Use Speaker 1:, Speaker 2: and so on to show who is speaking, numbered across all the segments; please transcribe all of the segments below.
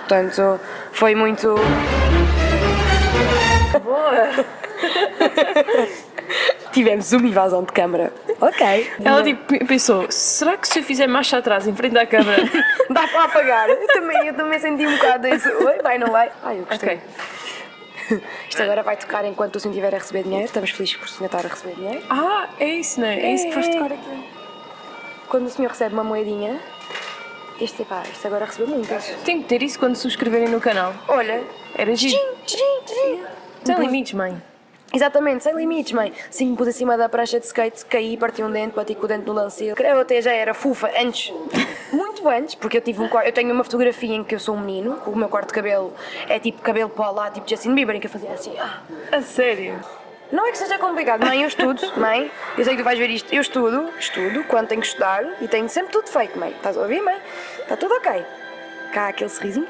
Speaker 1: Portanto, foi muito.
Speaker 2: Boa!
Speaker 1: Tivemos uma invasão de câmara. Ok.
Speaker 2: Ela tipo, pensou: será que se eu fizer marcha atrás em frente à câmara?
Speaker 1: Dá para apagar. Eu também, eu também senti um bocado isso. Oi, vai, não vai? Ai, eu gostei.
Speaker 2: ok.
Speaker 1: Isto agora vai tocar enquanto o senhor estiver a receber dinheiro. Estamos felizes por o senhor estar a receber dinheiro.
Speaker 2: Ah, é isso, não é? É isso que faz tocar aqui.
Speaker 1: Quando o senhor recebe uma moedinha, este, pá, este agora recebeu muitas.
Speaker 2: Tenho que ter isso quando se inscreverem no canal.
Speaker 1: Olha.
Speaker 2: Era giro.
Speaker 1: Tchim, tchim, tchim.
Speaker 2: Tem limites, mãe.
Speaker 1: Exatamente, sem limites, mãe. Sim, pus acima da prancha de skate, caí, parti um dente, bati com o dente no lance. Creio até já era fufa antes. Muito antes, porque eu tive um quarto. Eu tenho uma fotografia em que eu sou um menino, com o meu corte de cabelo é tipo cabelo para lá, tipo Justin Bieber, em que eu fazia assim. ah.
Speaker 2: A sério.
Speaker 1: Não é que seja complicado, mãe, eu estudo, mãe. Eu sei que tu vais ver isto. Eu estudo, estudo, quando tenho que estudar e tenho sempre tudo feito, mãe. Estás a ouvir, mãe? Está tudo ok. Cá aquele sorrisinho.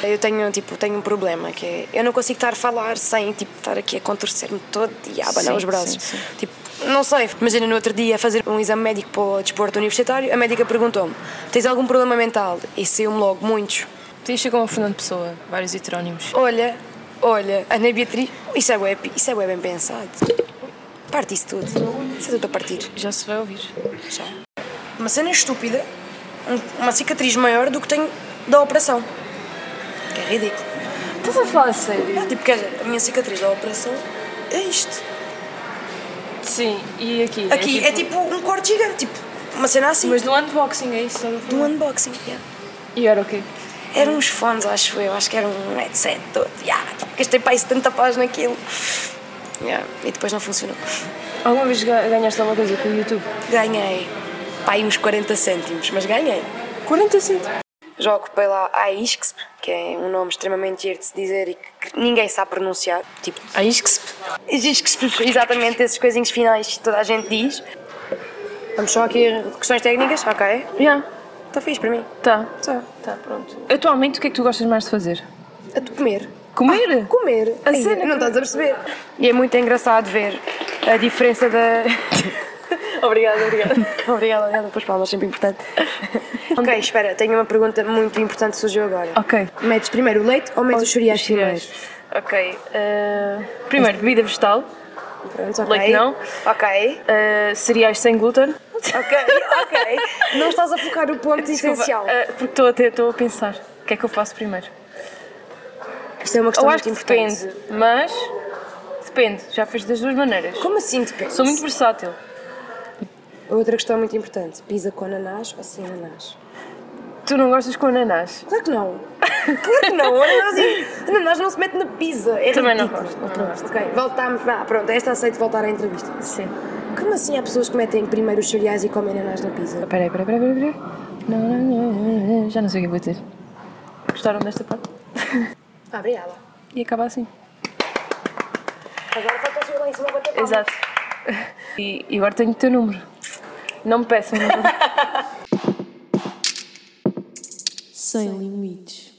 Speaker 1: Eu tenho, tipo, tenho um problema que é, eu não consigo estar a falar sem, tipo, estar aqui a contorcer-me todo e a abanar
Speaker 2: Sim,
Speaker 1: os braços.
Speaker 2: sim,
Speaker 1: Tipo, não sei, imagina no outro dia a fazer um exame médico para o desporto universitário, a médica perguntou-me, tens algum problema mental? E saiu-me logo, muitos.
Speaker 2: Podia chegar uma Fernando Pessoa, vários heterónimos.
Speaker 1: Olha, olha, Ana Beatriz, isso é web, isso é web bem pensado. Parte isso tudo. Isso é tudo a partir.
Speaker 2: Já se vai ouvir.
Speaker 1: Já. Uma cena estúpida, um- uma cicatriz maior do que tenho da operação. Que é ridículo.
Speaker 2: Estás a falar sério?
Speaker 1: Ah, tipo, quer dizer, a minha cicatriz da operação é isto.
Speaker 2: Sim, e aqui?
Speaker 1: Aqui é tipo um corte gigante, tipo, uma cena assim.
Speaker 2: Mas no unboxing é isso, estás a
Speaker 1: Do
Speaker 2: falar?
Speaker 1: um unboxing, yeah.
Speaker 2: E era o quê?
Speaker 1: Eram uns fones, acho eu, acho que era um headset todo. Yeah, Tipo, gastei para aí 70 pós naquilo. Yeah, E depois não funcionou.
Speaker 2: Alguma vez ga- ganhaste alguma coisa com o YouTube?
Speaker 1: Ganhei pai uns 40 cêntimos, mas ganhei.
Speaker 2: 40 centavos.
Speaker 1: Jogo pela AISCSP, que é um nome extremamente giro de se dizer e que que ninguém sabe pronunciar. Tipo,
Speaker 2: Ah, isto que se...
Speaker 1: AISCSP, exatamente esses coisinhos finais que toda a gente diz. Vamos só aqui a questões técnicas, ok?
Speaker 2: Já,
Speaker 1: Está fixe para mim.
Speaker 2: tá.
Speaker 1: Tá, tá, pronto.
Speaker 2: Atualmente, o que é que tu gostas mais de fazer?
Speaker 1: A tu comer.
Speaker 2: Comer?
Speaker 1: Comer.
Speaker 2: A
Speaker 1: Ai,
Speaker 2: cena
Speaker 1: não estás a perceber. E é muito engraçado ver a diferença da.
Speaker 2: Obrigada, obrigada. é
Speaker 1: obrigada, obrigada pelas palmas, sempre importante. ok, espera, tenho uma pergunta muito importante que surgiu agora.
Speaker 2: Ok.
Speaker 1: Metes primeiro o leite ou metes os cereais
Speaker 2: Os cereais.
Speaker 1: primeiro?
Speaker 2: Ok. eh, primeiro, bebida vegetal.
Speaker 1: Pronto, ok.
Speaker 2: Leite não.
Speaker 1: Ok,
Speaker 2: eh, cereais sem glúten.
Speaker 1: ok, ok. Não estás a focar o ponto essencial.
Speaker 2: Desculpa, eh, porque estou até estou a pensar. O que é que eu faço primeiro?
Speaker 1: Isto é uma questão
Speaker 2: eu acho
Speaker 1: muito
Speaker 2: que
Speaker 1: importante.
Speaker 2: depende, mas depende. Já fiz das duas maneiras.
Speaker 1: Como assim depende?
Speaker 2: Sou muito versátil.
Speaker 1: Outra questão muito importante. Pisa com ananás ou sem ananás?
Speaker 2: Tu não gostas com ananás?
Speaker 1: Claro que não. Claro que não. Ananás, ananás não se mete na pizza. É
Speaker 2: Também não
Speaker 1: ridículo.
Speaker 2: gosto, não
Speaker 1: Pronto,
Speaker 2: gosto.
Speaker 1: ok. Voltámos. Ah, pronto, esta aceito voltar à entrevista.
Speaker 2: Sim.
Speaker 1: Como assim há pessoas que metem primeiro os cereais e comem ananás na pizza?
Speaker 2: Peraí, peraí, peraí, peraí. peraí. Não, não, não, não, não, já não sei o que vou dizer. Gostaram desta parte?
Speaker 1: Ah, obrigada.
Speaker 2: E acaba assim.
Speaker 1: Agora falta o senhor lá em cima bater palmas.
Speaker 2: Exato. E, e agora tenho o teu número. Não me peçam. não vou-
Speaker 3: Sem limites.